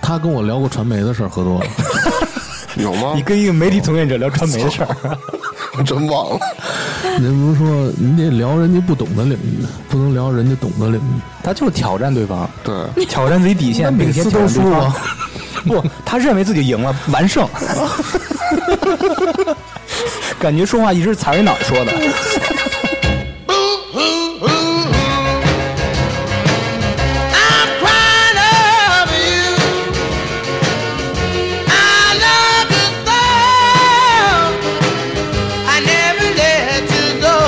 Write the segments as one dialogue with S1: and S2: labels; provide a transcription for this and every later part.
S1: 他跟我聊过传媒的事儿，喝多了。
S2: 有 吗
S3: 你？跟一个媒体从业者聊传媒的事儿，
S2: 我真忘了。
S1: 人不是说你得聊人家不懂的领域，不能聊人家懂的领域。
S3: 他就是挑战对方，
S2: 对，
S3: 挑战自己底线，并且挑战对方。 不，他认为自己赢了，完 胜。感觉说话一直是踩着脑说的。
S4: I'm crying over you. I love you so. I never let you go.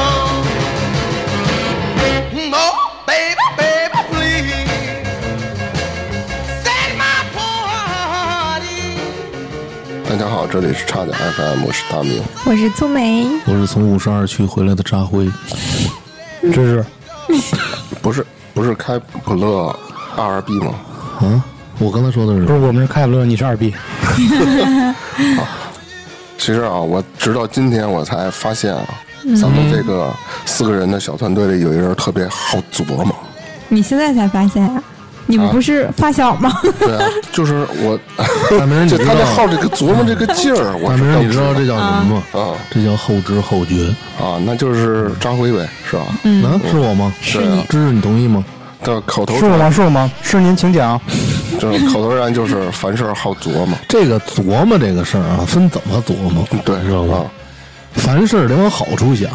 S4: Oh, baby, baby, please set my poor heart at ease.
S2: 大家好，这里是差点 FM，我是大明。
S5: 我是苏梅，
S1: 我是从五十二区回来的扎辉，
S3: 这是
S2: 不是不是开普勒 RB 吗？
S1: 啊，我刚才说的
S3: 不
S1: 是
S3: 是我们是开普勒，你是二逼。
S2: 其实啊，我直到今天我才发现啊，
S1: 嗯
S2: 咱们这个四个人的小团队里有一人特别好琢 磨。
S5: 你现在才发现呀、你们不是发小吗？
S2: 对啊，就是我，
S1: 大明儿你
S2: 就
S1: 知
S2: 他
S1: 道
S2: 这好这个琢磨这个劲儿，我
S1: 大
S2: 是
S1: 明儿，
S2: 更
S1: 你知道这
S2: 知
S1: 叫什么吗？
S2: 道啊
S1: 这叫后知后觉。
S2: 啊，那就是张辉呗，是吧？
S1: 啊，是我吗？是
S2: 你
S1: 芝芝，你同意吗？
S2: 这口头
S3: 是我吗？是我吗？是您，请讲。
S2: 这口头禅就是凡事好琢磨。
S1: 这个琢磨这个事儿啊，分怎么琢磨，
S2: 对，
S1: 知道吗？
S2: 啊，
S1: 凡事得往好处想。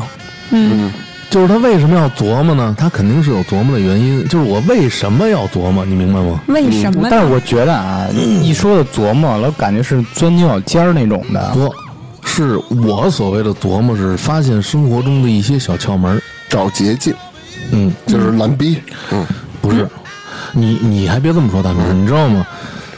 S1: 嗯，就是他为什么要琢磨呢？他肯定是有琢磨的原因。就是我为什么要琢磨，你明白吗？
S5: 为什么呢？
S3: 嗯但是我觉得啊，一说到琢磨，老感觉是钻牛角尖儿那种的。
S1: 不是我所谓的琢磨，是发现生活中的一些小窍门儿。
S2: 找捷径
S1: 嗯，
S2: 就是蓝逼。嗯，
S1: 不是，你你还别这么说，大明，你知道吗？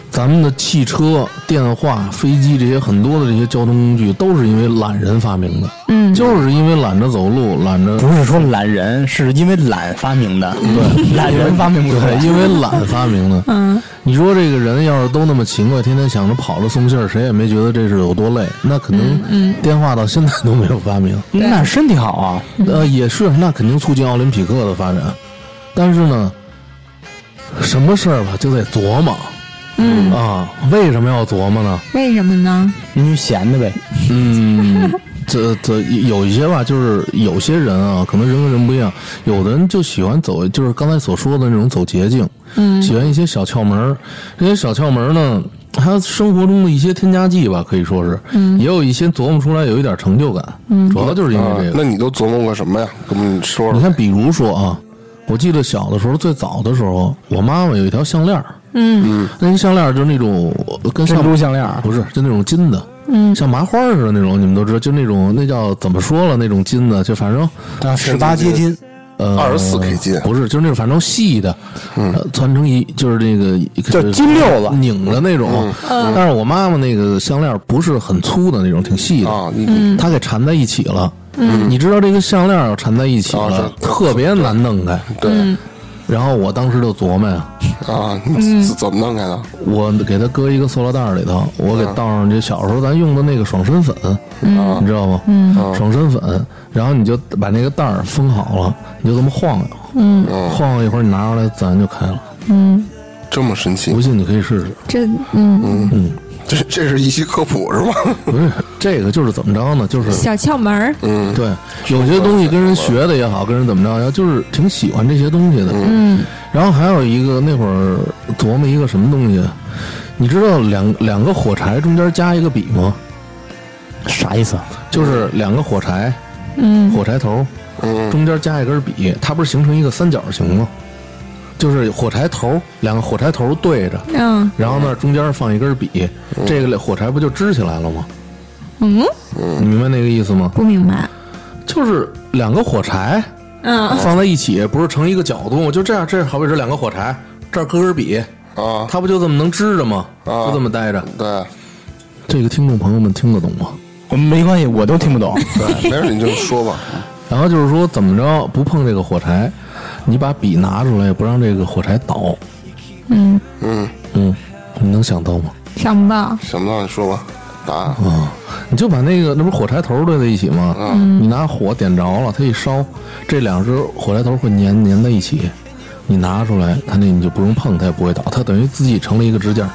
S1: 咱们的汽车、电话、飞机这些很多的这些交通工具，都是因为懒人发明的。嗯，就是因为懒着走路，懒着
S3: 不是说懒人，是因为懒发明的。对， 懒人发明出来
S1: 对，。因为懒发明 的。嗯，你说这个人要是都那么勤快，天天想着跑了送信儿，谁也没觉得这是有多累，那可
S3: 嗯
S1: 能电话到现在都没有发明。
S3: 那身体好啊，
S1: 呃，也是，那肯定促进奥林匹克的发展。但是呢，什么事儿吧，就得琢磨。嗯啊，为什么要琢磨呢？
S5: 为什么呢？
S3: 你就闲的呗。
S1: 嗯，这这有一些吧，就是有些人啊，可能人跟人不一样，有的人就喜欢走，就是刚才所说的那种走捷径，嗯，喜欢一些小窍门儿这些小窍门儿呢，他生活中的一些添加剂吧，可以说是，嗯，也有一些琢磨出来有一点成就感，嗯，主要就是因为
S2: 啊
S1: 这，个。
S2: 那你都琢磨过什么呀？跟我们说
S1: 你
S2: 说。
S1: 看，比如说啊，我记得小的时候，最早的时候，我妈妈有一条项链儿
S5: 嗯
S1: 那条项链儿就是那种跟
S3: 珍
S1: 上
S3: 珠项链儿，
S1: 不是，就那种金的，
S5: 嗯
S1: 像麻花似的那种，你们都知道，就那种那叫怎么说了，那种金的，就反正
S3: 啊，十八街金，
S1: 呃
S2: 24K 金
S1: 不是，就是那种反正细的，嗯，穿成一就是那个
S3: 叫金溜子
S1: 拧的那种，
S3: 嗯
S1: 但是我妈妈那个项链不是很粗的那种，挺细的，
S2: 啊，你
S1: 它给缠在一起了。嗯，你知道这个项链要缠在一起了
S2: 啊，是嗯
S1: 特别难弄开。
S2: 对
S5: 嗯
S1: 然后我当时就琢磨呀，
S2: 啊，
S5: 嗯
S2: 你怎怎么弄开的？
S1: 我给它搁一个塑料袋儿里头，我给倒上这小时候咱用的那个爽身粉，
S2: 啊
S1: 你知道吗？嗯，爽身粉，然后你就把那个袋儿封好了，你就这么晃悠，嗯，晃悠一会儿，你拿出来自然就开了。
S2: 这么神奇
S1: 不？信你可以试试。
S5: 这嗯，
S2: 这这是一期科普是吗？
S1: 不是这个就是怎么着呢？就是
S5: 小窍门儿，
S1: 对，有些东西跟人学的也好，跟人怎么着，要就是挺喜欢这些东西的。嗯，然后还有一个那会儿琢磨一个什么东西，你知道两两个火柴中间加一个笔吗？
S3: 啥意思？啊
S1: 就是两个火柴，嗯，火柴头，嗯，中间加一根笔，它不是形成一个三角形吗？就是火柴头，两个火柴头对着，
S5: 嗯
S1: 然后呢中间放一根笔，这个火柴不就支起来了吗？
S5: 嗯，
S1: 你明白那个意思吗？
S5: 不明白，
S1: 就是两个火柴
S5: 嗯
S1: 放在一起，不是成一个角度吗？就这样，这好比是两个火柴，这儿搁根笔，
S2: 啊，
S1: 它不就这么能支着吗？
S2: 啊
S1: 就这么待着。
S2: 对，哎
S1: 这个听众朋友们听得懂吗？
S3: 我们没关系，我都听不 懂。
S2: 没事你就说吧。
S1: 然后就是说怎么着不碰这个火柴，你把笔拿出来，不让这个火柴倒。
S5: 嗯，
S2: 嗯，
S1: 嗯，你能想到吗？
S5: 想不到，
S2: 想不到你说吧，答案
S1: 啊，你就把那个那不是火柴头对在一起吗？
S2: 啊
S1: 你拿火点着了，它一烧，这两只火柴头会粘粘在一起。你拿出来，它那你就不用碰，它也不会倒，它等于自己成了一个支架。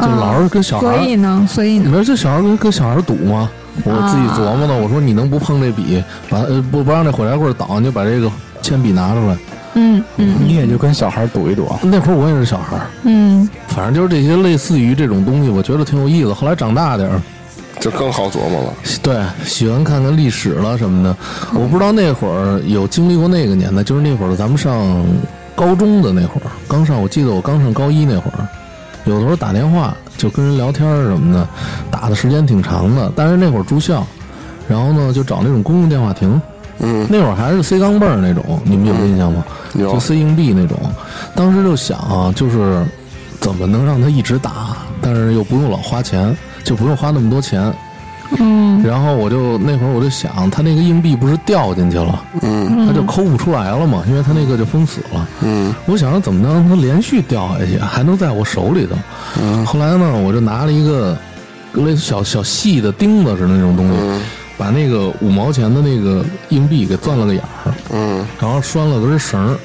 S1: 就老是跟小孩
S5: 啊所以
S1: 儿，
S5: 呢，所以
S1: 你
S5: 呢，
S1: 说这小孩儿跟跟小孩儿赌吗？我自己琢磨呢，我说你能不碰这笔，把呃不不让这火柴棍儿挡，你就把这个铅笔拿出来。
S5: 嗯嗯
S3: 你也就跟小孩赌一啊赌。
S1: 那会儿我也是小孩儿，
S5: 嗯，
S1: 反正就是这些类似于这种东西，我觉得挺有意思。后来长大点儿，
S2: 就更好琢磨了。
S1: 对，喜欢看看历史了什么的。我不知道那会儿有经历过那个年代，就是那会儿咱们上高中的那会儿，刚上，我记得我刚上高一那会儿，有的时候打电话就跟人聊天儿什么的，打的时间挺长的。但是那会儿住校，然后呢就找那种公共电话亭，
S2: 嗯，
S1: 那会儿还是塞钢镚儿那种，你们有印象吗？
S2: 有
S1: 就塞硬币那种。当时就想啊，就是怎么能让他一直打，但是又不用老花钱，就不用花那么多钱。嗯。然后我就那会儿我就想，他那个硬币不是掉进去了，
S2: 嗯
S1: 他就抠不出来了嘛，因为他那个就封死了。
S2: 嗯
S1: 我想着怎么能让它连续掉下去，还能在我手里头。
S2: 嗯
S1: 后来呢，我就拿了一个类似小小细的钉子似的那种东西，
S2: 嗯
S1: 把那个五毛钱的那个硬币给钻了个眼儿，
S2: 嗯
S1: 然后拴了根绳儿。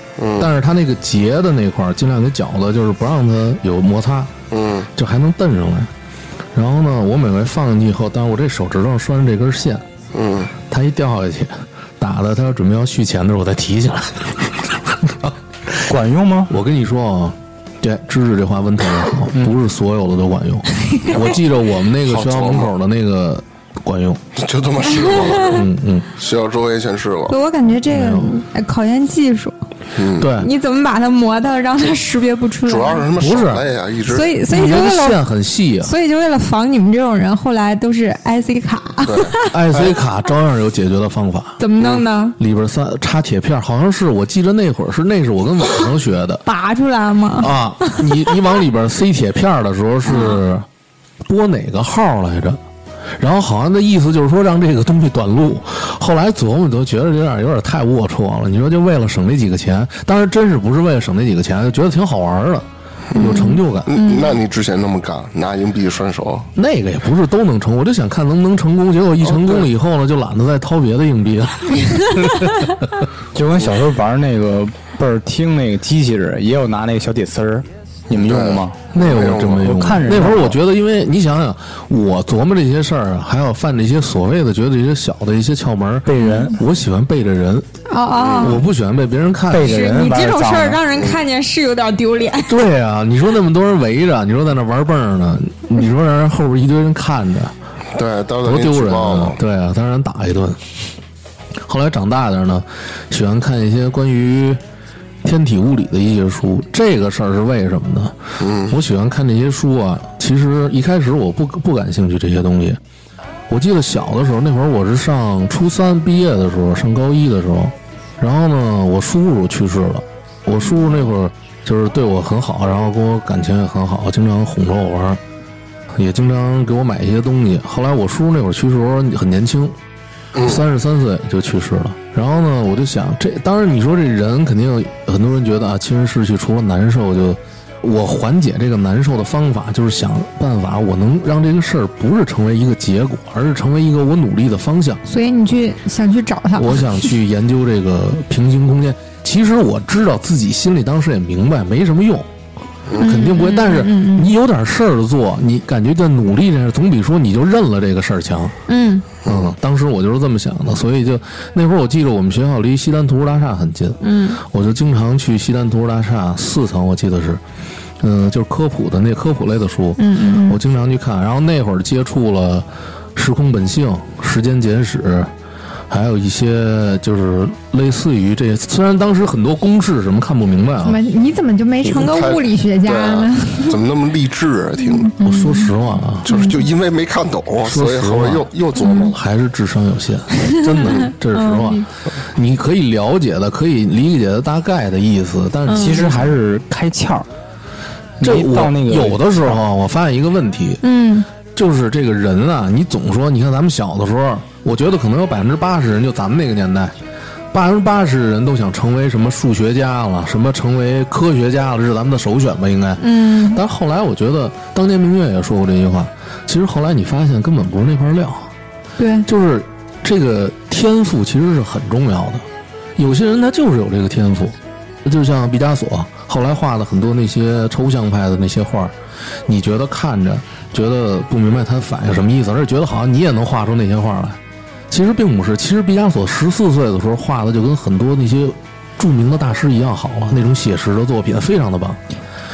S1: 但是它那个结的那块儿，尽量给绞了，就是不让它有摩擦，
S2: 嗯
S1: 就还能蹬上来。然后呢，我每回放进去以后，但是我这手指头上拴着这根线，
S2: 嗯，
S1: 他一掉下去，打的他要准备要续钱的时候，我再提起来。
S3: 管用吗？
S1: 我跟你说啊，这知识这话问特别好，
S2: 嗯
S1: 不是所有的都管 用。我记着我们那个学校门口的那个管用，
S2: 就这么试过 了。
S1: 嗯嗯，
S2: 学校周围全试过，
S5: 我感觉这个哎考验技术，
S1: 对，
S2: 嗯
S5: 你怎么把它磨到让它识别不出来？
S2: 主要是他妈
S1: 不是
S2: 手累啊，一直
S5: 所以所以
S1: 你
S5: 就
S1: 那个
S5: 为了
S1: 线很细啊
S5: 所以就为了防你们这种人，后来都是 IC 卡，
S2: 对，
S1: ，IC 卡照样有解决的方法。
S5: 怎么弄呢？
S1: 里边三插铁片，好像是我记着那会儿是那是我跟网上学的
S5: 拔出来吗？
S1: 啊。你你往里边塞铁片的时候是拨哪个号来着？然后好像的意思就是说让这个东西短路。后来琢磨都觉得有点有点太龌龊了。你说就为了省那几个钱，当然真是不是为了省那几个钱，就觉得挺好玩的，有成就感。
S2: 嗯那你之前那么干，拿硬币拴手，
S1: 那个也不是都能成，我就想看能不能成功。结果一成功了以后呢，就懒得再掏别的硬币了。
S3: 就跟小时候玩那个倍儿听那个机器似的，也有拿那个小铁丝儿，你们用过吗？
S1: 那个我真没用过。
S3: 我看着
S1: 那会儿，
S3: 用过
S1: 我觉得，因为你想想，我琢磨这些事儿啊，还有犯这些所谓的觉得这些小的一些窍门儿，
S3: 背人
S1: 我喜欢背着人，
S5: 哦哦，
S1: 我不喜欢被别人看。
S3: 背着
S5: 是
S3: 人
S5: 你
S3: 玩
S5: 这种
S3: 脏
S5: 事儿
S3: 的
S5: 让
S1: 嗯
S5: 人看见是有点丢脸。
S1: 对啊，你说那么多人围着，你说在那玩蹦儿呢，你说让人后边一堆人看着，
S2: 对，到时
S1: 多
S2: 候给你
S1: 丢
S2: 举
S1: 人
S2: 报
S1: 啊
S2: 嘛！。
S1: 对啊，当然打一顿。后来长大点儿呢，喜欢看一些关于天体物理的一些书。这个事儿是为什么呢？嗯，我喜欢看这些书啊。其实一开始我不不感兴趣这些东西。我记得小的时候，那会儿我是上初三毕业的时候，上高一的时候，然后呢，我叔叔去世了。我叔叔那会儿就是对我很好，然后跟我感情也很好，经常哄着我玩儿。也经常给我买一些东西。后来我叔那会儿去世的时候很年轻，三十三岁就去世了。然后呢，我就想，这当然你说这人肯定有很多人觉得啊，亲人逝去除了难受就，我缓解这个难受的方法就是想办法，我能让这个事儿不是成为一个结果，而是成为一个我努力的方向。
S5: 所以你去想去找 他，
S1: 我想去研究这个平行空间。其实我知道自己心里当时也明白没什么用，肯定不会。但是你有点事儿做，你感觉在努力这事儿，总比说你就认了这个事儿强。
S5: 嗯
S1: 嗯，当时我就是这么想的，所以就那会儿我记得我们学校离西单图书大厦很近，
S5: 嗯，
S1: 我就经常去西单图书大厦四层，我记得是，嗯、就是科普的那科普类的书，嗯嗯，我经常去看，然后那会儿接触了《时空本性》《时间简史》。还有一些就是类似于这，虽然当时很多公式什么看不明白啊
S5: 怎，么你怎么就没成个物理学家
S2: 对啊
S5: 呢？，
S2: 怎么那么励志啊？听着，
S1: 我说实话啊，
S2: 就是就因为没看懂，
S1: 说
S2: 所以
S1: 实
S2: 后
S1: 话
S2: 边又又琢磨了。
S1: 还是智商有限， 真的，这是实话。嗯你可以了解的，可以理解的大概的意思，但是嗯
S3: 其
S1: 其实
S3: 实还是开窍。
S1: 这
S3: 没
S1: 我
S3: 到那个
S1: 有的时候啊，我发现一个问题，
S5: 嗯，
S1: 就是这个人啊，你总说，你看咱们小的时候，我觉得可能有百分之八十人，就咱们那个年代，百分之八十人都想成为什么数学家了，什么成为科学家了，这是咱们的首选吧？应该。嗯。但后来我觉得，当年明月也说过这句话，其实后来你发现根本不是那块料。
S5: 对，
S1: 就是这个天赋其实是很重要的。有些人他就是有这个天赋，就像毕加索后来画的很多那些抽象派的那些画儿，你觉得看着觉得不明白他反映什么意思，而且觉得好像你也能画出那些画来，其实并不是。其实毕加索十四岁的时候画的就跟很多那些著名的大师一样好了，那种写实的作品非常的棒。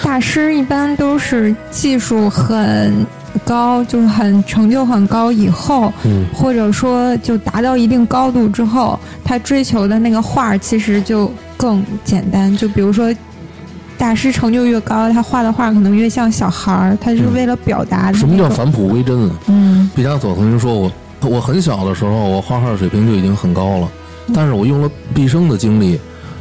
S5: 大师一般都是技术很高，就是很成就很高以后，
S1: 嗯
S5: 或者说就达到一定高度之后，他追求的那个画儿其实就更简单。就比如说，大师成就越高，他画的画可能越像小孩儿，他是
S1: 嗯
S5: 为了表达、
S1: 什么叫？返璞归真啊？
S5: 嗯
S1: 毕加索曾经说过，我很小的时候，我画画水平就已经很高了，但是我用了毕生的精力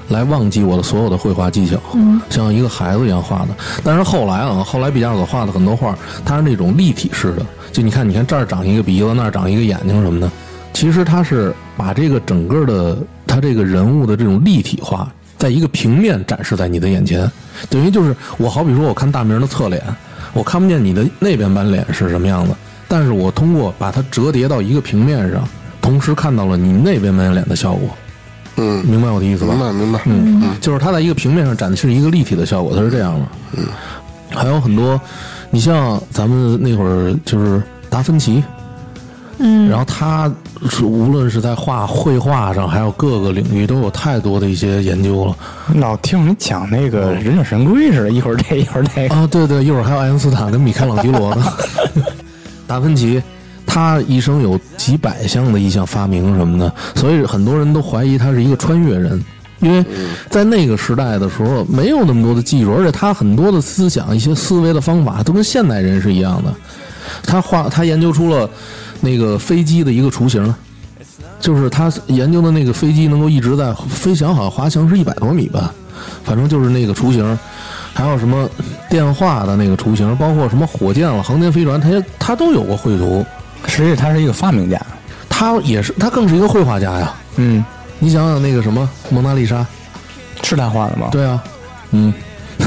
S1: 来忘记我的所有的绘画技巧，
S5: 嗯
S1: 像一个孩子一样画的。但是后来啊，后来毕加索画的很多画，它是那种立体式的，就你看，你看这儿长一个鼻子，那儿长一个眼睛什么的。其实他是把这个整个的他这个人物的这种立体化，在一个平面展示在你的眼前，等于就是我好比说我看大明的侧脸，我看不见你的那边半脸是什么样子，但是我通过把它折叠到一个平面上，同时看到了你那边半脸的效果，
S2: 嗯，
S1: 明白我的意思吧？
S2: 明白明白，
S1: 嗯，就是它在一个平面上展的是一个立体的效果，它是这样的。嗯，还有很多，你像咱们那会儿就是达芬奇，
S5: 嗯，
S1: 然后他是无论是在画绘画上，还有各个领域都有太多的一些研究了
S3: 老听你讲那个《忍者神龟》似的，一会儿这一会儿那个。
S1: 啊。对对，一会儿还有爱因斯坦跟米开朗基罗呢。 达芬奇，他一生有几百项的一项发明什么的，所以很多人都怀疑他是一个穿越人，因为在那个时代的时候没有那么多的技术，而且他很多的思想、一些思维的方法都跟现代人是一样的。他画，他研究出了那个飞机的一个雏形，就是他研究的那个飞机能够一直在飞翔，好像滑翔是一百多米吧，反正就是那个雏形。还有什么电话的那个雏形，包括什么火箭了、航天飞船，他也他都有过绘图。
S3: 实际他是一个发明家。
S1: 他也是，他更是一个绘画家呀。
S3: 嗯，
S1: 你想想那个什么蒙娜丽莎，
S3: 是他画的吗？，
S1: 对啊，
S3: 嗯，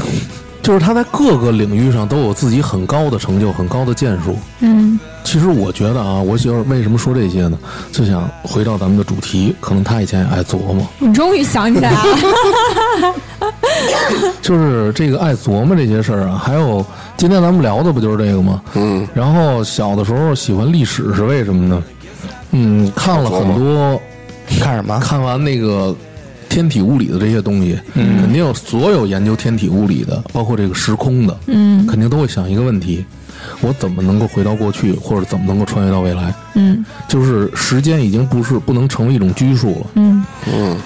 S1: 就是他在各个领域上都有自己很高的成就、很高的建树。
S5: 嗯
S1: 其实我觉得啊，我媳妇儿为什么说这些呢？就想回到咱们的主题，可能她以前也爱琢磨，
S5: 你终于想起来了，
S1: 就是这个爱琢磨这些事儿啊。还有今天咱们聊的不就是这个吗？
S2: 嗯，
S1: 然后小的时候喜欢历史是为什么呢？嗯，看了很多，
S3: 看什么？
S1: 看完那个天体物理的这些东西，嗯，肯定有所有研究天体物理的，包括这个时空的，
S5: 嗯
S1: 肯定都会想一个问题：我怎么能够回到过去，或者怎么能够穿越到未来？
S5: 嗯
S1: 就是时间已经不是不能成为一种拘束了。
S5: 嗯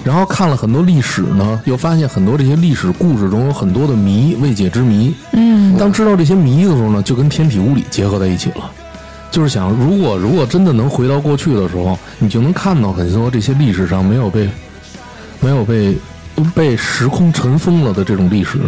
S1: 然后看了很多历史呢，又发现很多这些历史故事中有很多的谜，未解之谜。
S5: 嗯
S1: 当知道这些谜的时候呢，就跟天体物理结合在一起了。就是想，如果如果真的能回到过去的时候，你就能看到很多这些历史上没有被没有被被时空尘封了的这种历史，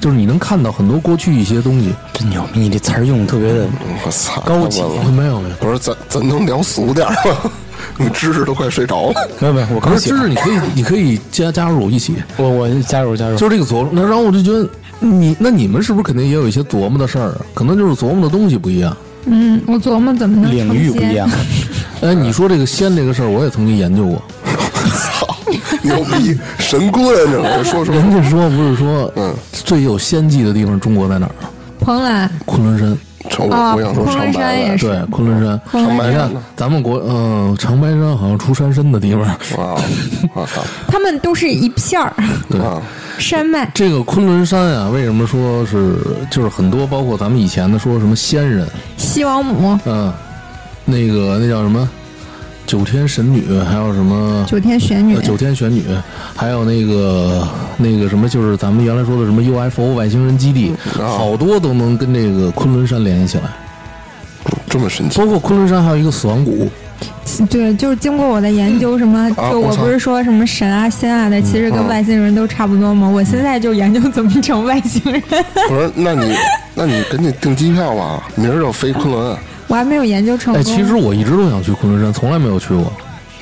S1: 就是你能看到很多过去一些东西。
S3: 真牛逼！你这词儿用的特别的。
S2: 嗯我操，
S3: 高级
S2: 我
S1: 没有没有，
S2: 不是咱咱能聊俗点儿吗？你知识都快睡着了。
S3: 没有没有，我
S1: 可
S3: 刚
S1: 是
S3: 写
S1: 知。识你可以你可以加加入一起，
S3: 我我加入加入。
S1: 就是这个琢磨。那然后我就觉得你那你们是不是肯定也有一些琢磨的事儿啊？可能就是琢磨的东西不一样。
S5: 嗯，我琢磨怎么能
S3: 领域
S5: 呈
S3: 不
S5: 现
S3: 一样，
S1: 哎，你说这个仙这个事儿，我也曾经研究过。
S2: 操，牛逼，神棍，啊这我说说，
S1: 人家说不是说，
S2: 嗯
S1: 最有仙迹的地方中国在哪儿啊？
S5: 蓬莱，
S1: 昆仑山。
S2: 成我
S5: 啊
S2: 我想说长
S5: 昆仑山
S2: 白
S5: 也
S2: 了
S5: 是，
S1: 对，昆仑山。
S2: 长
S5: 昆仑
S2: 白
S1: 你
S2: 山
S1: 看
S2: 呢？
S1: 咱们国，嗯、长白山好像出山参的地方。
S2: 哇，我操
S5: 他们都是一片儿
S1: 对，
S2: 啊！
S5: 山脉，
S1: 这个昆仑山啊，为什么说是就是很多，包括咱们以前的说什么仙人，
S5: 西王母、
S1: 嗯，那个那叫什么九天神女，还有什么
S5: 九天玄女
S1: 呃、，九天玄女，还有那个那个什么，就是咱们原来说的什么 UFO 外星人基地，
S2: 啊
S1: 好多都能跟这个昆仑山联系起来。
S2: 这么神奇
S1: 包括昆仑山还有一个死亡谷，
S5: 对，就是经过我的研究，什么
S2: 啊
S5: 就
S2: 我
S5: 我
S2: 操
S5: 不是说什么神啊、仙啊的，其实跟外星人都差不多嘛。我现在就研究怎么成外星人，
S2: 不是？那你那你赶紧订机票吧，明儿就飞昆仑。啊
S5: 我还没有研究成
S1: 哎，
S5: 功。
S1: 其实我一直都想去昆仑山，从
S5: 嗯
S1: 来没有去过。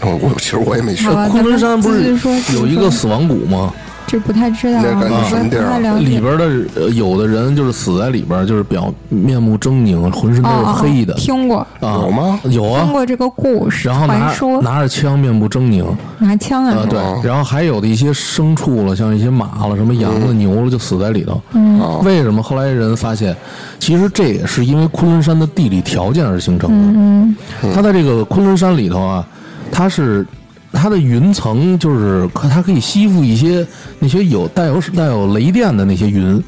S2: 我我其实我也没去
S5: 好
S2: 过
S5: 吧，
S1: 昆仑山不
S5: 咱们
S1: 是
S5: 继续说
S1: 有一个死亡谷吗？
S5: 这不太知道，
S2: 那感觉
S5: 我
S2: 什么
S5: 不
S2: 地儿啊
S5: 太了
S1: 里
S5: 解。
S1: 边的呃有的人就是死在里边，就是表面目狰狞，浑身都是
S5: 哦
S1: 黑的
S5: 哦、听过
S1: 啊，
S2: 有吗
S1: 有啊
S5: 听，过这个故事，
S1: 然后拿
S5: 传说
S1: 拿着枪，面目狰狞，
S5: 拿枪啊，
S1: 呃，对
S2: 哦，
S1: 然后还有的一些牲畜了，像一些马了、什么羊了、
S2: 嗯
S1: 牛了，就死在里头。
S5: 嗯
S2: 哦
S1: 为什么？后来人发现，其实这也是因为昆仑山的地理条件而形成的。它在这个昆仑山里头啊，它是它的云层就是可它可以吸附一些那些有带有带有雷电的那些云，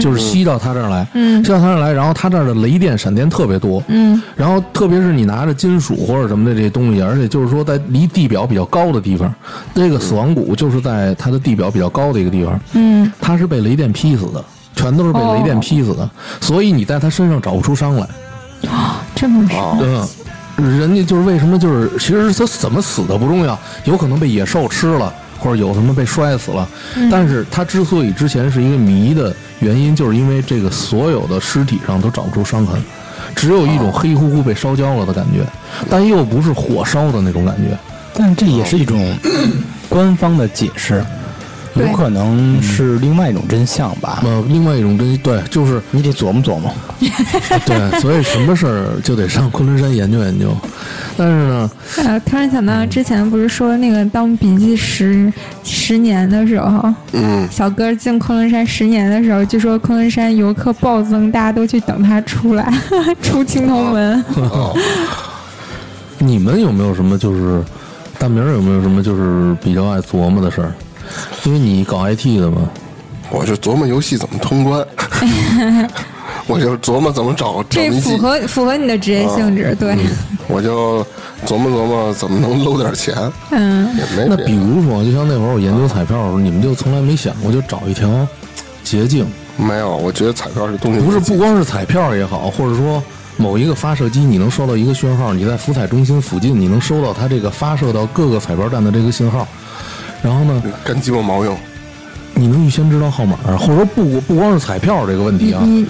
S1: 就是吸到它这儿来，吸到它这儿来，然后它这儿的雷电闪电特别多，
S5: 嗯
S1: 然后特别是你拿着金属或者什么的这些东西，而且就是说在离地表比较高的地方，这个死亡谷就是在它的地表比较高的一个地方，
S5: 嗯，
S1: 它是被雷电劈死的。全都是被雷电劈死的，所以你在它身上找不出伤来。
S5: 这么说，
S2: 哦，
S1: 嗯，人家就是为什么就是，其实他怎么死的不重要，有可能被野兽吃了，或者有什么被摔死了。但是他之所以之前是一个谜的原因，就是因为这个所有的尸体上都找不出伤痕，只有一种黑乎乎被烧焦了的感觉，但又不是火烧的那种感觉。
S3: 但这也是一种官方的解释，有
S5: 对
S3: 可能是另外一种真相吧。
S1: 呃，另外一种真对，就是
S3: 嗯你得琢磨琢磨。
S1: 对，所以什么事儿就得上昆仑山研究研究。但是呢，
S5: 呃，突然想到之前不是说那个当笔记十十年的时候，
S2: 嗯，
S5: 小哥进昆仑山十年的时候，据说昆仑山游客暴增，大家都去等他出来， 出青铜门。
S1: 你们有没有什么就是大明儿有没有什么就是比较爱琢磨的事儿？因为你搞 IT 的嘛，
S2: 我就琢磨游戏怎么通 关，我就琢磨怎么找找
S5: 这
S2: 秘
S5: 符
S2: 籍，
S5: 合符合你的职业性质，对，
S2: 我就琢磨琢磨怎么能搂点钱，
S5: 嗯，
S2: 也没
S1: 那
S2: 别
S1: 比
S2: 的。
S1: 如说，就像那会儿我研究彩票的时候，你们就从来没想过就找一条嘖捷径，
S2: 没有，我觉得彩票这东西
S1: 不是不光是彩票也好，或者说某一个发射机你能收到一个讯号，你在福彩中心附近你能收到它这个发射到各个彩票站的这个信号，然后呢，
S2: 干鸡巴毛用，
S1: 你能预先知道号码，或者说不不光是彩票这个问题啊，
S5: 你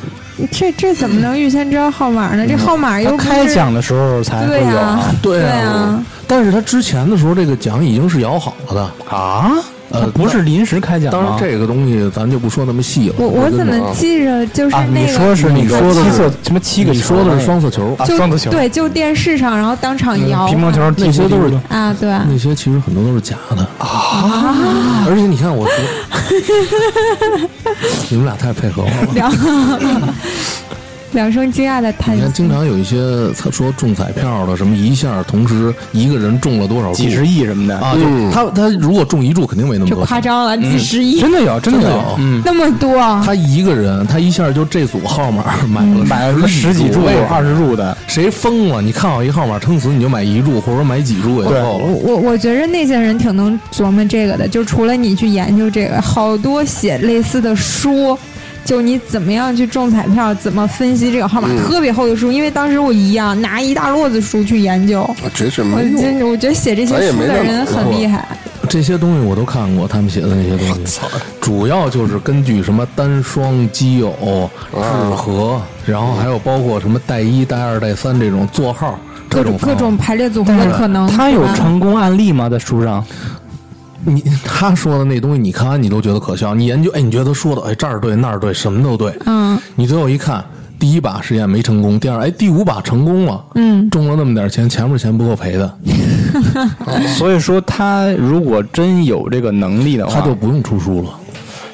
S5: 这这怎么能预先知道号码呢？这号码又
S3: 他
S5: 不是
S3: 开奖的时候才会
S5: 对
S3: 有
S5: 呀、
S3: 啊
S1: 对
S5: 对
S1: 啊
S5: 啊，
S1: 但是他之前的时候这个奖已经是摇好了的。
S3: 啊，
S1: 呃
S3: 他不是临时开奖
S1: 当然，
S3: 吗？
S1: 这个东西咱就不说那么细了。
S5: 我我怎么记着就是
S3: 啊，
S5: 那
S3: 你
S5: 个。
S3: 说是
S1: 你
S3: 那个
S1: 说的
S3: 七
S1: 是
S3: 色什么七个
S1: 你
S3: 球
S1: 说的是双
S3: 色
S1: 色球，
S3: 啊，
S5: 就
S3: 双色球
S5: 对，就电视上，然后当场摇
S3: 嗯乒乓球
S1: 那些都是
S5: 啊，对，
S1: 那些其实很多都是假的啊！而且你看我说， 你们俩太配合我了。
S5: 两两声惊讶的叹
S1: 你看，
S5: 息，
S1: 经常有一些他说中彩票的，什么一下同时一个人中了多少注
S3: 几十亿嗯什么的，
S1: 啊？就他他如果中一注，肯定没那么
S5: 这
S1: 多
S5: 夸
S1: 钱。
S5: 张了，几十亿，
S3: 真的有，真
S1: 真
S3: 的
S1: 的
S3: 有
S1: 有，
S3: 嗯，
S5: 那么多，
S1: 他一个人，他一下就这组号码买了
S3: 买了什么嗯十几注、
S1: 二
S3: 二十注的，
S1: 啊谁疯了？你看好一号码撑死你就买一注，或者说买几注也就
S3: 对
S1: 够了。
S5: 我我觉着那些人挺能琢磨这个的，就除了你去研究这个，好多写类似的书，就你怎么样去中彩票，怎么分析这个号码，特别厚的书。因为当时我一样拿一大摞子书去研究，
S2: 我觉得这
S5: 我
S2: 没用。
S5: 真我觉得写这些
S2: 哎咱也
S5: 书
S2: 没
S5: 的
S2: 那么
S5: 人很
S2: 多
S5: 厉害。
S1: 这些东西我都看过，他们写的那些东西，主要就是根据什么单双基友、制和，然后还有包括什么带一、带二、带三这种座号，这
S5: 各
S1: 种
S5: 各种
S1: 方法。
S5: 排列组合的可能，
S3: 他有
S5: 对吧
S3: 成功案例吗？在书上，
S1: 你他说的那东西，你看完你都觉得可笑，你研究，哎，你觉得说的，哎，这儿对那儿对，什么都对，
S5: 嗯，
S1: 你最后一看，第一把实验没成功，第二，哎，第五把成功了，
S5: 嗯，
S1: 中了那么点钱，前面钱不够赔的，
S3: 所以说他如果真有这个能力的
S1: 他
S3: 话，
S1: 就不用出书了。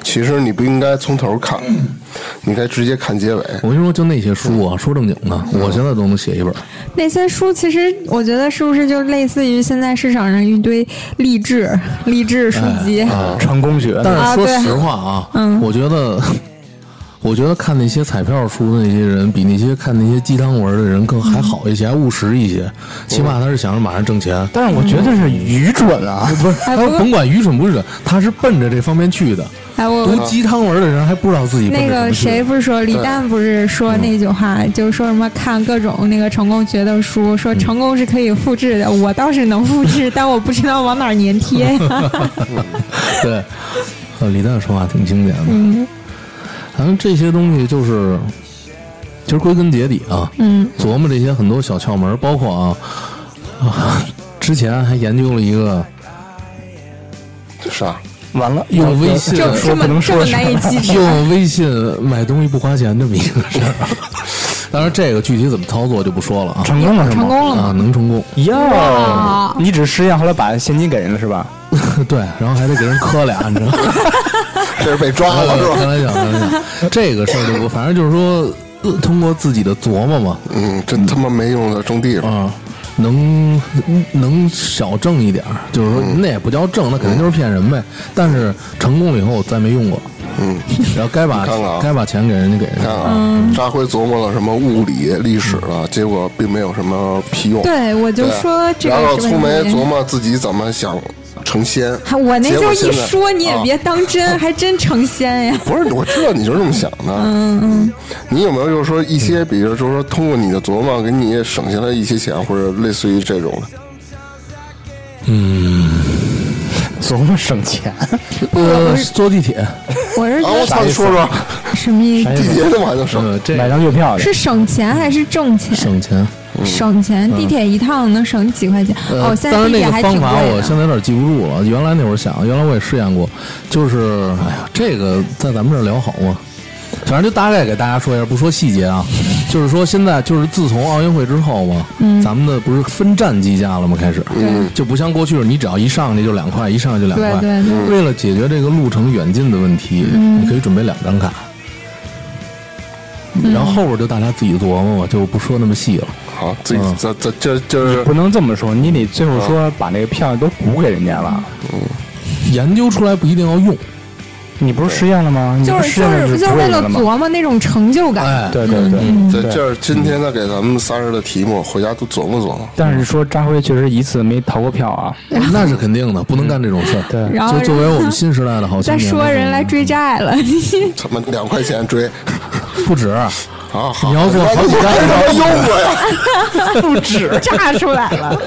S2: 其实你不应该从头看，你该直接看结尾。
S1: 我跟你说，就那些书啊，说正经的，我现在都能写一本。
S5: 那些书其实我觉得是不是就类似于现在市场上一堆励志励志书籍？
S3: 呃成功学，
S1: 但是
S5: 啊
S1: 说
S5: 对
S1: 实话啊，
S5: 嗯
S1: 我觉得，我觉得看那些彩票书的那些人，比那些看那些鸡汤文的人更还好一些，还务实一些。起码他是想着马上挣钱，
S3: 嗯但是我觉得是愚蠢啊，
S1: 不是
S5: 哎
S1: 他
S5: 不过
S1: 甭管愚蠢不愚蠢，他是奔着这方面去的。
S5: 哎，我
S1: 读鸡汤文的人还不知道自己奔
S5: 那
S1: 着什
S5: 个
S1: 么去
S5: 谁不是说李诞不是说那句话，就是说什么看各种那个成功学的书，说成功是可以复制的，我倒是能复制，但我不知道往哪儿粘贴呀。
S1: 对，呃，李诞说话挺经典的。
S5: 嗯
S1: 反正这些东西就是，其实归根结底啊，
S5: 嗯，
S1: 琢磨这些很多小窍门儿，包括啊，啊之前还研究了一个
S2: 啥？
S3: 完了，
S1: 用微信
S5: 这
S1: 说
S3: 不
S5: 这么
S3: 能
S5: 这
S3: 说
S5: 么难以启齿，
S1: 用微信买东西不花钱这么一个事儿。 当然，这个具体怎么操作就不说了啊
S3: 成功了是吗？
S5: 成功了
S1: 啊，
S5: 吗？
S1: 能成功，
S3: 哟
S5: 哇，
S3: 你只试验后来把现金给人了是吧？
S1: 对，然后还得给人磕俩，你知道吗？
S2: 这是被抓
S5: 嗯
S2: 了是吧？
S1: 刚才讲，刚才讲这个事儿就不，反正就是说，呃通过自己的琢磨嘛，
S2: 嗯，真他妈没用的种地
S5: 嗯
S2: 方。
S1: 啊，能能少挣一点儿，就是说
S2: 嗯
S1: 那也不叫挣，那肯定就是骗人呗。但是成功了以后，我再没用过，
S2: 嗯，
S1: 然后该把
S2: 你看看啊
S1: 该把钱给人家给人
S2: 你看
S1: 家，
S2: 啊，
S5: 嗯
S2: 扎辉琢磨了什么物理、历史了，结果并没有什么屁用。
S5: 对我就
S2: 对，啊
S5: 说这个
S2: 然后
S5: 是
S2: 粗
S5: 问
S2: 眉
S5: 题
S2: 琢磨自己怎么想成仙
S5: 还。啊哎我那
S2: 结
S5: 就
S2: 果
S5: 一
S2: 现在
S5: 说你也
S2: 啊
S5: 别当真，还真成仙呀！
S2: 不是，我知道你就是这么想的。嗯嗯，你有没有就是说一
S1: 嗯
S2: 些，比如就是说通过你的琢磨，给你省下来一些钱，或者类似于这种的？
S3: 琢磨省钱，
S1: 呃，坐地铁，
S5: 我是
S2: 啊，
S5: 觉
S2: 我
S5: 得
S2: 操，你说说，
S5: 什么意思？
S2: 地铁怎么还能省？
S1: 呃，这
S3: 买张月票去
S5: 是。省钱还是挣钱？
S1: 省钱。嗯
S5: 省钱，地铁一趟能省几块钱？哦
S1: 呃，，
S5: 现
S1: 当然那
S5: 在地铁
S1: 个
S5: 还
S1: 方
S5: 挺
S1: 法
S5: 贵
S1: 我
S5: 的。
S1: 现在有点记不住了。原来那会儿想，原来我也试验过，就是哎呀，这个在咱们这儿聊好吗？反正就大概给大家说一下，不说细节啊，就是说现在就是自从奥运会之后嘛，
S5: 嗯
S1: 咱们的不是分站计价了吗？开始，就不像过去你只要一上去就两块，一上去就两块。
S5: 对对对嗯
S1: 为了解决这个路程远近的问题，你可以准备两张卡。
S5: 嗯
S1: 然后后边就大家自己琢磨吧，就不说那么细了。
S2: 好，自己
S1: 嗯
S2: 这这这就是
S3: 不能这么说，你得最后说把那个票都补给人家了。
S1: 研究出来不一定要用，
S3: 你不是实验了吗？你
S5: 就
S3: 不
S5: 是
S3: 实
S5: 就
S3: 验了
S5: 是就是
S3: 补给
S5: 为
S3: 人
S5: 了
S3: 了吗？嗯
S5: 琢磨那种成就感，
S1: 哎，
S3: 对对对，
S2: 这
S3: 对
S2: 这是今天呢给咱们仨人的题目，回家都琢磨琢磨。
S3: 但是说扎辉确实一次没逃过票啊。
S1: 那是肯定的，不能干这种事儿。
S3: 对
S5: 然后
S1: 就作为我们新时代的好青
S5: 再
S1: 年，
S5: 说人来追债了，
S1: 嗯
S2: 他们两块钱追
S1: 不止，
S2: 啊！好
S1: 你要做好几
S2: 我为
S1: 代，
S2: 什么用过呀？
S5: 不止炸出来了。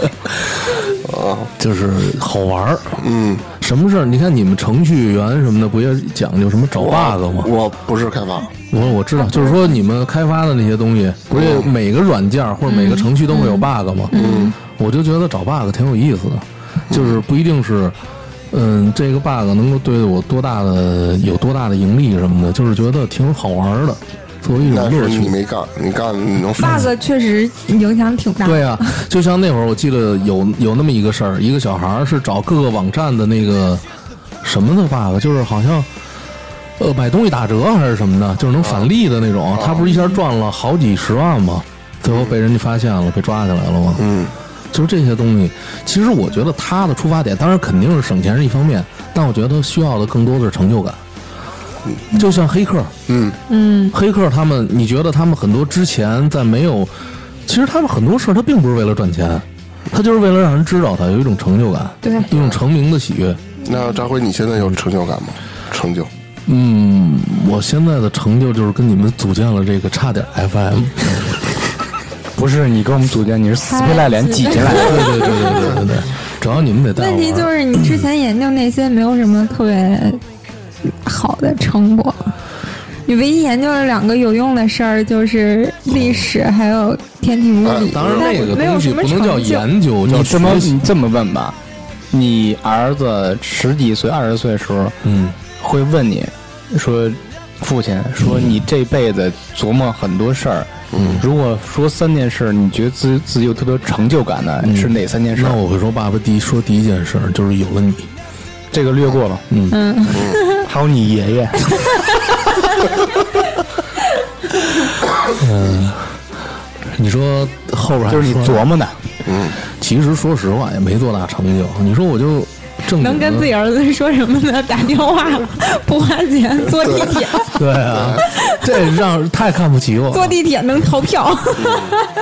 S1: 就是好玩儿。嗯，什么事儿？你看你们程序员什么的，不也讲究什么找 bug 吗？
S2: 我不是开发，
S1: 我我知道，就是说你们开发的那些东西，不是每个软件或者每个程序都会有 bug 吗？嗯，我就觉得找 bug 挺有意思的，就是不一定是，嗯，这个 bug 能够对我多大的有多大的盈利什么的，就是觉得挺好玩儿的，作为一
S2: 那
S1: 种乐
S2: 是
S1: 趣。
S2: 你没干，你干你能发
S5: bug 确实影响挺大。
S1: 对啊，就像那会儿我记得有有那么一个事儿，一个小孩儿是找各个网站的那个什么的 bug，就是好像。呃，买东西打折还是什么的，就是能返利的那种。他不是一下赚了好几十万吗？最后被人家发现了，被抓起来了吗？
S2: 嗯，
S1: 就是这些东西，其实我觉得他的出发点，当然肯定是省钱是一方面，但我觉得需要的更多的是成就感。就像黑客，
S2: 嗯，
S5: 嗯，
S1: 黑客他们，你觉得他们很多之前在没有，其实他们很多事儿他并不是为了赚钱，他就是为了让人知道他有一种成就感，
S5: 对
S1: 一种成名的喜悦。
S2: 那张辉，你现在有成就感吗？成就，
S1: 嗯，我现在的成就就是跟你们组建了这个差点 FM，
S3: 不是你跟我们组建，你是死皮赖脸挤进 来
S1: 对
S3: 的。
S1: 对对对对对对，主要你们得带我
S5: 问
S1: 玩
S5: 题就
S1: 儿。
S5: 是你之前研究那些没有什么特别好的成果，你唯一研究了两个有用的事儿就是历史还有天体物理，
S1: 啊当然，那个
S5: 没有
S1: 东
S5: 什
S1: 西
S5: 么
S1: 不能叫
S5: 成就。
S1: 研究，叫
S3: 你这么
S1: 学习
S3: 你这么问吧，你儿子十几岁、二十岁的时候
S1: 嗯，
S3: 会问你说，父亲说你这辈子琢磨很多事儿，嗯，如果说三件事，你觉得自自己有特别有成就感的是哪三件事
S1: 那？我会说，爸爸第一说第一件事儿就是有了你，
S3: 这个略过了，
S1: 嗯
S3: 还有你爷爷，
S1: 你说后边还
S3: 就是你
S1: 说呢
S3: 琢磨的，
S1: 其实说实话也没多大成就。你说我就 正经的
S5: 能跟自己儿子说什么呢？打电话了，不花钱，坐地铁，
S1: 对啊，这让太看不起我
S5: 坐
S1: 了。
S5: 地铁能逃票。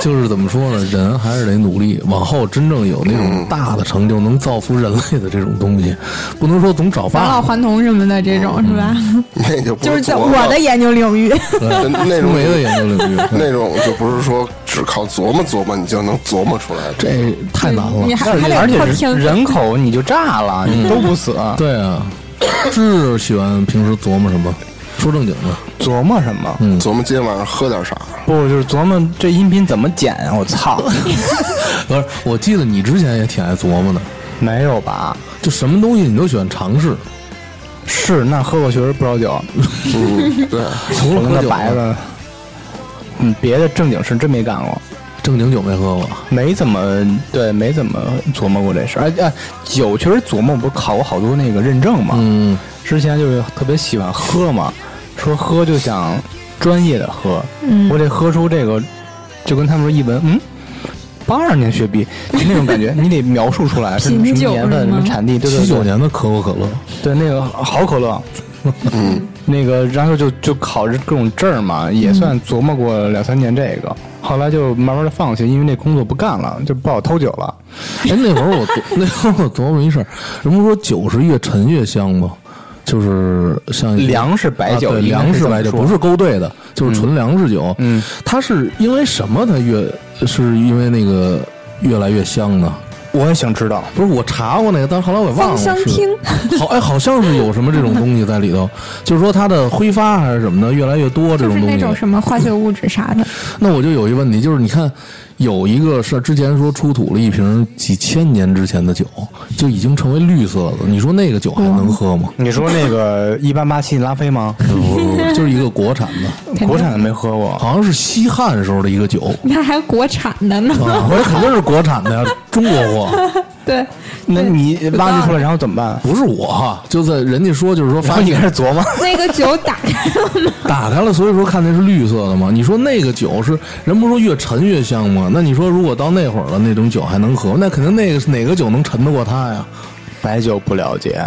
S1: 就是怎么说呢，人还是得努力，往后真正有那种大的成就，能造福人类的这种东西，不能说总找
S5: 返老
S1: 爸。
S5: 还童什么的这种是吧？
S2: 那就不
S5: 就是在
S2: 琢
S5: 我
S2: 磨呃
S5: 的研究领域，
S2: 真 那
S1: 苏
S2: 种
S1: 梅的研究领域，
S2: 那种就不是说只靠琢磨琢磨你就能琢磨出来。
S1: 这太难了
S5: 你。还
S3: 但
S5: 还
S3: 是而
S5: 得靠
S3: 且
S5: 天
S3: 人
S5: 分。
S3: 人口你就炸了，你都不死，
S1: 对啊，志喜欢平时琢磨什么？说正经的，
S3: 琢磨什么？
S1: 嗯
S2: 琢磨今天晚上喝点啥？
S3: 不就是琢磨这音频怎么剪啊？我操，
S1: 不是？我记得你之前也挺爱琢磨的，
S3: 没有吧？
S1: 就什么东西你都喜欢尝试。
S3: 是，那喝过确实不少酒，
S2: 嗯，对，
S1: 除了
S3: 红
S1: 喝
S3: 的
S1: 酒，啊
S3: 白的，嗯，别的正经事真没干过，
S1: 正经酒没喝过。
S3: 没怎么对，没怎么琢磨过这事儿。哎哎，酒确实琢磨，不是考过好多那个认证嘛，
S1: 嗯，
S3: 之前就是特别喜欢喝嘛，说喝就想专业的喝，
S5: 嗯
S3: 我得喝出这个，就跟他们说一闻，嗯，八二年雪碧就那种感 觉，你得描述出来是什么
S5: 品酒
S3: 年份、
S5: 是
S3: 什
S5: 吗
S3: 么产地，对
S1: 七
S3: 对
S1: 九
S3: 对，
S1: 年的可口可乐，
S3: 对那个好可乐，
S2: 嗯，
S3: 那个然后就就考着各种证儿嘛，也算琢磨过两三年这个，后来就慢慢的放弃，因为那工作不干了，就不好偷酒了。
S1: 哎，那会儿我多那会儿我琢磨 一事儿，人不说酒是越陈越香吗？就是像一些
S3: 嗯粮食白酒
S1: 啊对
S3: 应该是
S1: 粮食
S3: 这么
S1: 白酒
S3: 说
S1: 不是勾兑的，就是纯粮食酒。
S3: 嗯，
S1: 它是因为什么？它越是因为那个越来越香呢？
S3: 我也想知道，
S1: 不是我查过那个，但是后来我也忘了
S5: 芳
S1: 是。
S5: 香烃，
S1: 好哎，好像是有什么这种东西在里头，就是说它的挥发还是什么的越来越多这
S5: 就
S1: 种
S5: 是
S1: 东西。
S5: 那种什么化学物质啥的，
S1: 那我就有一问题，就是你看，有一个是之前说出土了一瓶几千年之前的酒，就已经成为绿色的，你说那个酒还能喝吗？
S3: 你说那 个一八八七拉菲吗？
S1: 不不不， 就是一个国产的，
S5: 肯定
S3: 国产的没喝过，
S1: 好像是西汉时候的一个酒，
S5: 那还国产的呢。
S1: 啊，我说肯定是国产的呀，中国货，
S5: 对，
S3: 那你挖掘出来然后怎么办？
S1: 不是我哈，就在人家说就是说
S3: 然
S1: 发
S3: 后你
S1: 现
S3: 开始琢磨，
S5: 那个酒打开了吗？
S1: 打开了，所以说看那是绿色的嘛。你说那个酒是人不是说越陈越香吗？那你说如果到那会儿了，那种酒还能喝？那肯定那个哪个酒能沉得过它呀？
S3: 白酒不了解，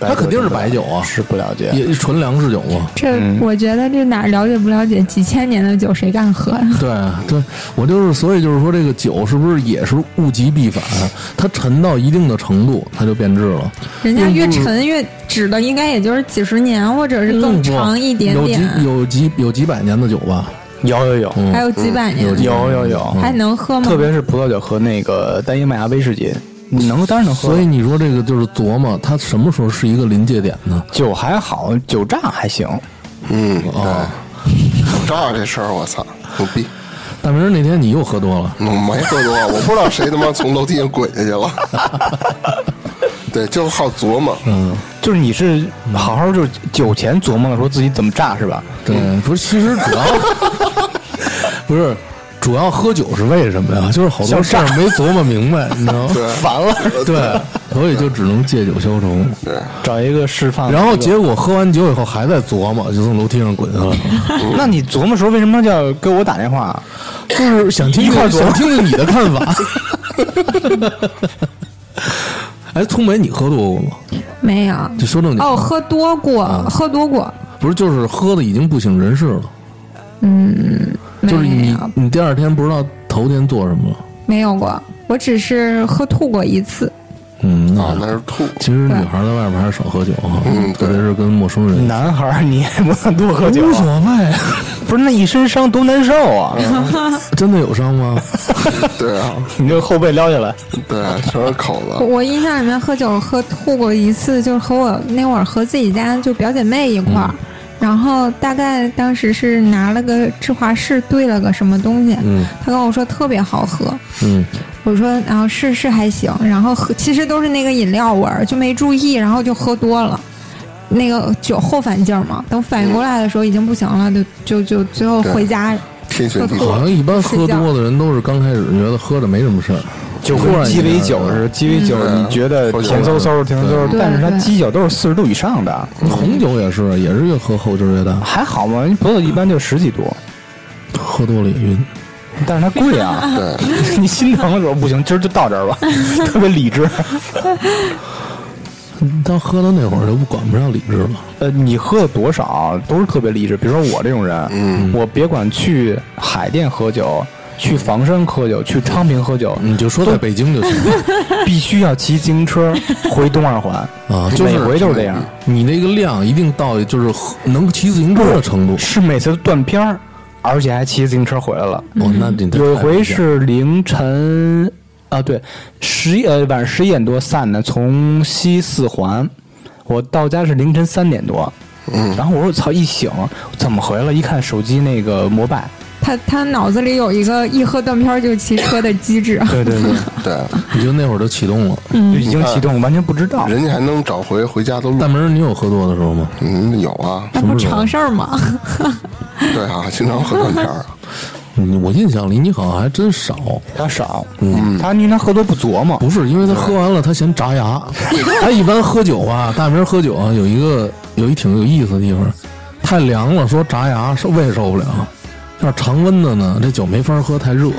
S3: 白酒
S1: 肯定是白酒啊
S3: 是不了解。
S1: 也纯粮食酒嘛。
S5: 这我觉得这哪儿了解不了解？几千年的酒谁敢喝啊呀？
S1: 对对，我就是，所以就是说，这个酒是不是也是物极必反？啊它沉到一定的程度，它就变质了。
S5: 人家越沉越指的应该也就是几十年或者是更长一点点，
S1: 嗯有几有几有几百年的酒吧？
S3: 有有有
S1: 嗯
S5: 还有几百年，
S3: 有有有，
S5: 还能喝吗？
S3: 特别是葡萄酒和那个单一麦芽威士忌，你能当然能喝。
S1: 所以你说这个就是琢磨，它什么时候是一个临界点呢？
S3: 酒还好，酒榨还行。
S2: 嗯，
S1: 哦
S2: 对，照样这事儿，我操，牛逼！
S1: 大明儿那天你又喝多了，
S2: 我没喝多，我不知道谁他妈从楼梯上滚下去了。 对，就好琢磨，啊
S1: 嗯。
S3: 就是你是好好就是酒前琢磨了说自己怎么榨是吧？
S1: 对，不是，其实主要不是主要喝酒是为什么呀？就是好多事儿没琢磨明白，你知道吗？
S2: 对，
S3: 烦了，
S1: 对，所以就只能借酒消愁。
S2: 对，
S3: 找一啊个释放。
S1: 然后结果喝完酒以后还在琢磨，就从楼梯上滚下来了，
S3: 嗯那你琢磨时候为什么要给我打电话？
S1: 就是想听
S3: 一块儿
S1: 听
S3: 琢磨
S1: 想听听你的看法。 哎，聪梅，你喝多过吗？
S5: 没有。
S1: 就说正经，
S5: 哦，喝多过，
S1: 啊
S5: 喝多过，
S1: 不是，就是喝的已经不省人事了，
S5: 没
S1: 就是你
S5: 有
S1: 你第二天不知道头天做什么了。
S5: 没有过，我只是喝吐过一次。
S1: 嗯
S2: 啊，那是吐，
S1: 其实女孩在外边还是少喝酒哈，
S3: 嗯
S1: 特别是跟陌生人。
S3: 男孩儿你也不能多喝酒
S1: 无
S3: 啊，
S1: 所谓，
S3: 不是那一身伤多难受啊！
S1: 真的有伤 吗？
S2: 对啊，
S3: 你这后背撩下来，
S2: 对，啊全是口
S5: 我
S1: 啊
S2: 子，
S5: 我印象里面喝酒喝吐过一次，就是和我那会儿和自己家就表姐妹一块儿，
S1: 嗯
S5: 然后大概当时是拿了个智华士兑了个什么东西，
S1: 嗯
S5: 她跟我说特别好喝，
S1: 嗯，
S5: 我说然后是是还行，然后喝其实都是那个饮料味儿，就没注意，然后就喝多了。那个酒后反劲儿嘛，等反应过来的时候已经不行了，就就就最后
S2: 对
S5: 回家
S2: 天旋地
S1: 好
S2: 转。
S1: 像一般喝多的人都是刚开始觉得喝着没什么事儿，
S3: 就
S1: 突
S3: 跟
S1: 然
S3: 鸡尾
S1: 间
S3: 酒似的，鸡尾酒
S2: 嗯
S3: 你觉得甜嗖嗖甜嗖嗖，
S5: 对
S3: 但是它
S5: 对
S3: 鸡酒都是四十度以上的，
S1: 红酒也是，也是越喝后劲儿越大，
S3: 还好嘛，葡萄一般就十几度，
S1: 喝多了也晕。
S3: 但是它贵 啊。
S2: 对，
S3: 你心疼的时候不行，今儿就到这儿吧，特别理智。
S1: 但喝到那会儿就不管不上理智了。
S3: 呃，你喝了多少都是特别理智。比如说我这种人，
S2: 嗯
S3: 我别管去海淀喝酒、去房山喝酒、去昌平喝酒，
S1: 你就说在北京就行
S3: 必须要骑自行车回东二环，
S1: 啊，就
S3: 每
S1: 是
S3: 回都是这样，
S1: 你那个量一定到就是喝能骑自行车的程度。
S3: 是每次都断片儿，而且还骑自行车回来了。
S1: 哦，那你这
S3: 有一
S1: 太不一
S3: 回
S1: 样
S3: 是凌晨啊，对，十一呃晚上十一点多散的，从西四环，我到家是凌晨三点多，嗯，然后我说操一醒怎么回来了？一看手机那个摩拜
S5: 他他脑子里有一个一喝断片儿就骑车的机制。
S3: 对对对，
S2: 嗯对，啊
S1: 你就那会儿就启动了。
S3: 就已经启动，完全不知道。
S2: 人家还能找回回家的路
S1: 大。门儿，你有喝多的时候吗？
S2: 嗯，有啊，
S5: 那不常事儿吗？
S2: 对啊，经常喝断片儿。
S1: 嗯我印象里你好像还真少，
S3: 他少，嗯，他因为他喝多不琢磨，
S1: 不是因为他喝完了他嫌扎 牙。他一般喝酒啊，大明儿喝酒啊，有一个有一挺有意思的地方，太凉了说扎牙，受胃受不了。要是常温的呢，这酒没法喝，太热。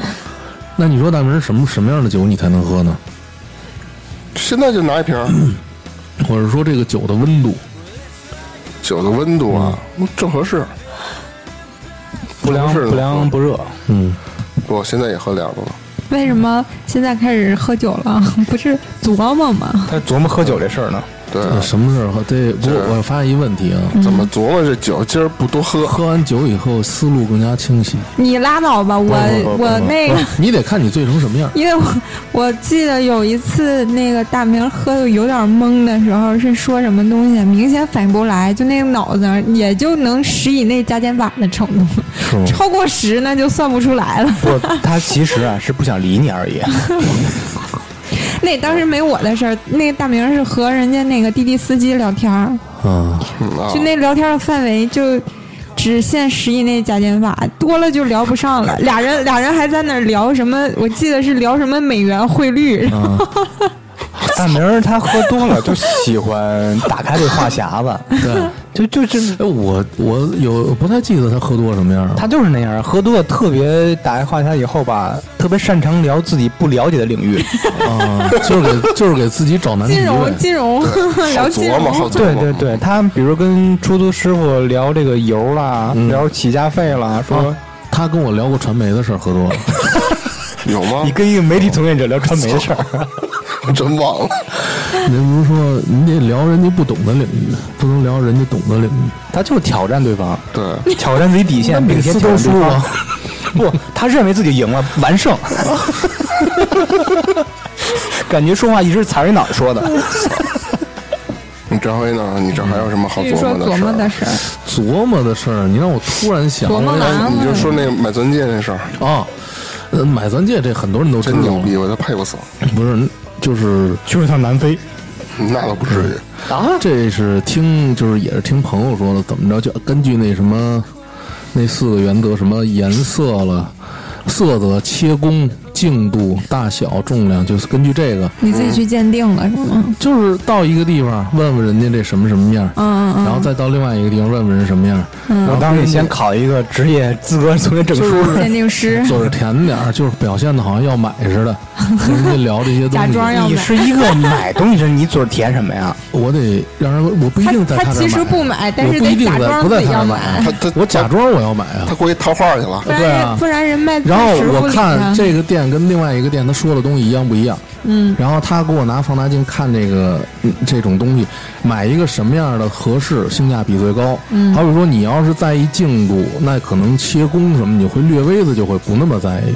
S1: 那你说大明儿什么什么样的酒你才能喝呢？
S2: 现在就拿一瓶 儿
S1: 或者说这个酒的温度？
S2: 酒的温度啊，
S1: 嗯
S2: 正合适。
S3: 不凉
S2: 是的
S3: 不凉不热，
S1: 嗯，
S2: 我现在也喝凉的了。
S5: 为什么现在开始喝酒了？ 不是琢磨吗？
S3: 他琢磨喝酒这事儿呢。
S2: 对啊，
S1: 呃什么事儿喝？这不过我发现一问题啊，
S2: 怎么琢磨这酒？今儿不多喝，
S1: 喝完酒以后思路更加清晰。
S5: 你拉倒吧，我
S2: 不不不
S5: 我 那个
S1: 不。是你得看你醉成什么样。
S5: 因为我我记得有一次那个大明喝的有点懵的时候，是说什么东西明显反应不过来，就那个脑子也就能十以内加减法的程度，
S1: 是
S2: 嗯
S1: 吗？
S5: 超过十那就算不出来了。
S3: 不，他其实啊是不想理你而已。
S5: 那当时没我的事儿，那个大明是和人家那个滴滴司机聊天儿，
S1: 嗯，
S2: 嗯啊
S5: 就，那聊天的范围就只限十以内加减法，多了就聊不上了。俩人俩人还在那儿聊什么？我记得是聊什么美元汇率，
S3: 大明儿他喝多了就喜欢打开这话匣子，
S1: 对。
S3: 就就是
S1: 哎，我我有不太记得他喝多什么样了。
S3: 他就是那样，喝多了特别打开话匣以后吧，特别擅长聊自己不了解的领 域。
S1: 啊，就是给就是给自己找难题
S5: 金融
S1: 呗。
S5: 金融聊
S2: 好
S5: 金
S2: 琢磨，
S5: 融
S2: 好，琢
S3: 对
S2: 磨。
S3: 对对，他比如跟出租师傅聊这个油啦，聊起价费啦，说
S1: 啊他跟我聊过传媒的事儿，喝 多了。
S2: 有吗
S3: 你？跟一个媒体从业者聊传媒的事儿，
S2: 我 真忘了。
S1: 您不是说你得聊人家不懂的领域，不能聊人家懂的领域。
S3: 他就是挑战对方，
S2: 对，
S3: 挑战自己底线，并且挑战对 方。不，他认为自己赢了，完胜。 感觉说话一直踩着脑袋说的，
S2: 你张辉呢？你这还有什么好
S5: 据说
S2: 琢
S5: 琢磨
S2: 磨
S5: 的
S2: 的
S5: 事
S2: 事啊
S5: 儿，
S1: 琢磨的事儿，你让我突然想
S5: 琢磨
S2: 儿？
S5: 了啊
S2: 哎，你就说那买钻戒那事儿，
S1: 啊，呃，买钻戒这很多人都知道
S2: 真牛
S1: 了，
S2: 逼，我都佩服死了。
S1: 不是就是
S3: 去趟南非。
S2: 那倒不至于。
S1: 啊，这是听就是也是听朋友说的，怎么着就根据那什么那四个原则，什么颜色了、色泽、切工、净度、大小、重量，就是根据这个，
S5: 你自己去鉴定了是吗？
S1: 就是到一个地方问问人家这什么什么样，
S5: 嗯嗯
S1: 然后再到另外一个地方问问人什么样，
S3: 我当时得先考一个职业资格从业证书，
S5: 嗯，鉴定师
S1: 就是甜点儿，就是表现的好像要买似的，跟人家聊这些东西，
S5: 假装要
S3: 你
S5: 买。
S3: 是一个买东西人，你嘴儿甜什 么呀？
S1: 我得让人，我不一
S5: 他
S1: 定在
S5: 他
S1: 这儿啊
S5: 其实不买，但是
S1: 我不一
S5: 得
S1: 定
S5: 假
S1: 在
S5: 装
S1: 不在
S5: 自
S1: 他
S5: 己
S1: 那
S5: 要
S1: 儿啊
S5: 买，
S2: 他他
S1: 嗯我假装我要买啊
S2: 他，过去套话去了
S5: 不。然
S1: 对啊
S5: 人不然人卖
S1: 然后
S5: 钻石不
S1: 我
S5: 理
S1: 看
S5: 他
S1: 这个店跟另外一个店他说的东西一样不一样，嗯，然后他给我拿放大镜看这个嗯这种东西，买一个什么样的合适，性价比最高。嗯，好比说你要是在意净度，那可能切工什么你会略微的就会不那么在意，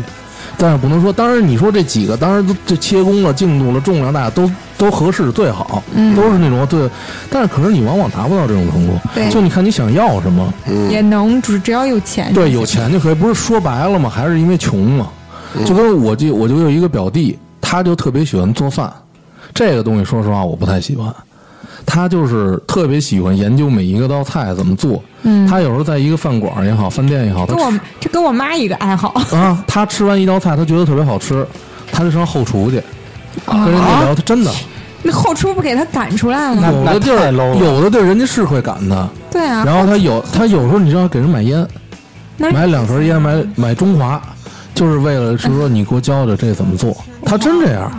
S1: 但是不能说，当然你说这几个，当然都这切工了、净度了、重量大小都都合适最好，嗯，都是那种对，但是可是你往往达不到这种程度，
S5: 对
S1: 就你看你想要什么，
S5: 也能，只只要有钱就
S1: 对，
S5: 行
S1: 有钱就可以，不是说白了吗？还是因为穷嘛。就跟我就我就有一个表弟，他就特别喜欢做饭，这个东西说实话我不太喜欢。他就是特别喜欢研究每一个道菜怎么做。嗯，他有时候在一个饭馆也好，饭店也好，他
S5: 跟我这跟我妈一个爱好，
S1: 吃啊，他吃完一道菜，他觉得特别好吃，他就上后厨去跟人家聊。他真的
S5: 那后厨不给他赶出来
S3: 那
S5: 吗？
S1: 有的地
S3: 太
S1: 儿
S3: low 了
S1: 有的地儿人家是会赶他，
S5: 对啊，
S1: 然后他有他有时候你知道给人买烟，
S5: 那
S1: 买两盒烟，买买中华，就是为了是说你给我教教这怎么做。他真这样，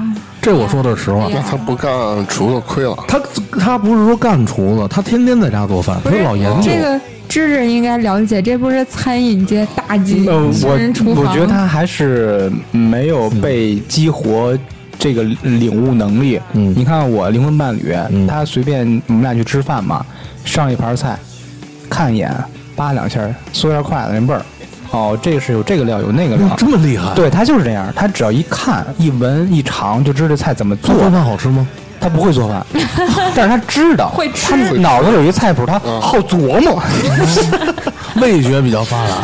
S1: 这我说的是实话。
S2: 那他不干厨子亏了。
S1: 他他不是说干厨子，他天天在家做饭，他
S5: 不是
S1: 老研究。
S5: 这个知识应该了解，这不是餐饮界大忌，
S3: 呃，
S5: 私嗯人厨
S3: 我
S5: 房。
S3: 我觉得他还是没有
S1: 嗯
S3: 被激活这个领悟能力。
S1: 嗯
S3: 你看我灵魂伴侣，
S1: 嗯
S3: 他随便我们俩去吃饭嘛，上一盘菜，看一眼，扒两下，缩一下筷子那味儿，哦，这个是有这个料，有那个料
S1: 哇，。这么厉害？，
S3: 对他就是这样，他只要一看、一闻、一尝就知道这菜怎么
S1: 他
S3: 做。
S1: 做饭好吃 吗？
S3: 他不会做 饭，但是他知道，
S5: 会吃
S3: 他脑子有一嗯 菜谱，他好琢磨。
S1: 味觉比较发达，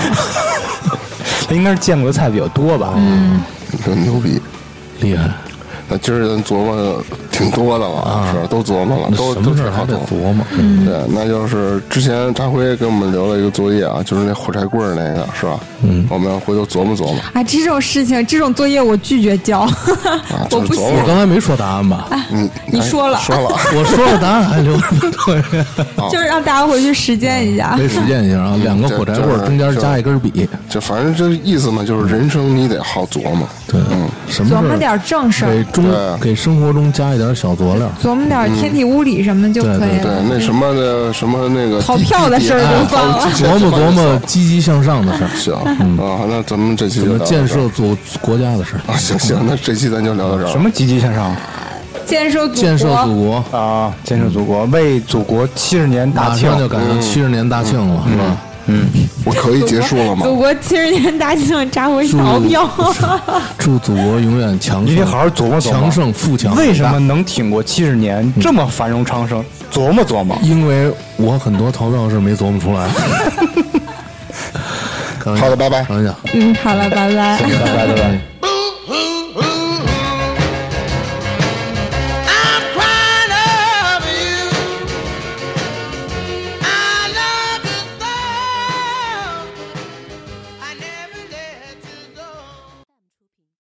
S3: 他应该是见过的菜比较多吧？嗯，
S2: 牛逼！
S1: 厉害
S2: 啊那今儿咱琢磨挺多的了，啊是都琢磨了，都
S1: 啊什
S2: 都
S1: 么事
S2: 挺
S1: 儿还
S2: 好嗯
S1: 得
S2: 琢
S1: 琢
S2: 磨。
S1: 磨，
S2: 对，那就是之前扎辉给我们留了一个作业啊，就是那火柴棍儿那个，是吧？嗯，我们回头琢磨琢磨。
S5: 啊，这种事情，这种作业我拒绝交， 我
S2: 就是
S5: 不写
S2: 琢。
S1: 我 刚才没说答案 吧？
S2: 嗯，
S5: 你
S2: 哎
S5: 说了
S2: 说了，
S1: 我说了答案还留着 作业，
S5: 就是让大家回去实践一下
S1: 可。以实践一下啊。两个火柴棍儿中间加一根笔，
S2: 就反正这意思嘛，就是人生你得好琢磨。
S1: 对，什
S5: 琢
S1: 么
S5: 磨
S1: 事
S5: 点
S1: 儿
S5: 儿正事
S1: 给
S5: 儿，
S1: 中
S2: 对啊
S1: 给生活中加一点小佐料。
S5: 琢磨点儿天体物理什么就
S1: 对
S5: 可以
S1: 对
S2: 对
S5: 了。，
S2: 那什么的什么那个
S5: 逃票的事儿
S2: 地
S5: 就算了
S2: 哎
S1: 琢磨琢磨积极向上的事儿，
S2: 行啊，那咱们这期
S1: 怎
S2: 就
S1: 么
S2: 聊到
S1: 建
S2: 这
S1: 设
S2: 儿
S1: 祖国家的事儿，
S2: 啊，行行，那这期咱就聊到这儿
S3: 什。么积极向上
S5: 建设祖
S1: 建设祖
S5: 国，
S1: 国，
S3: 啊？建设祖国，为祖国七十年大
S1: 马
S3: 庆嗯
S1: 上就赶上七十年大庆了，是吧？
S2: 我可以结束了吗？
S5: 祖国七十年大庆扎回逃票。
S1: 祝祖国永远强盛，
S3: 你得好好琢磨琢磨
S1: 强盛富强。
S3: 为什么？能挺过七十年这么繁荣昌盛？琢磨琢磨。
S1: 因为我很多逃票是没琢磨出来。开玩笑
S2: 好的，拜拜。
S1: 开玩笑。
S5: 嗯，好了，拜拜。
S3: 拜拜拜拜。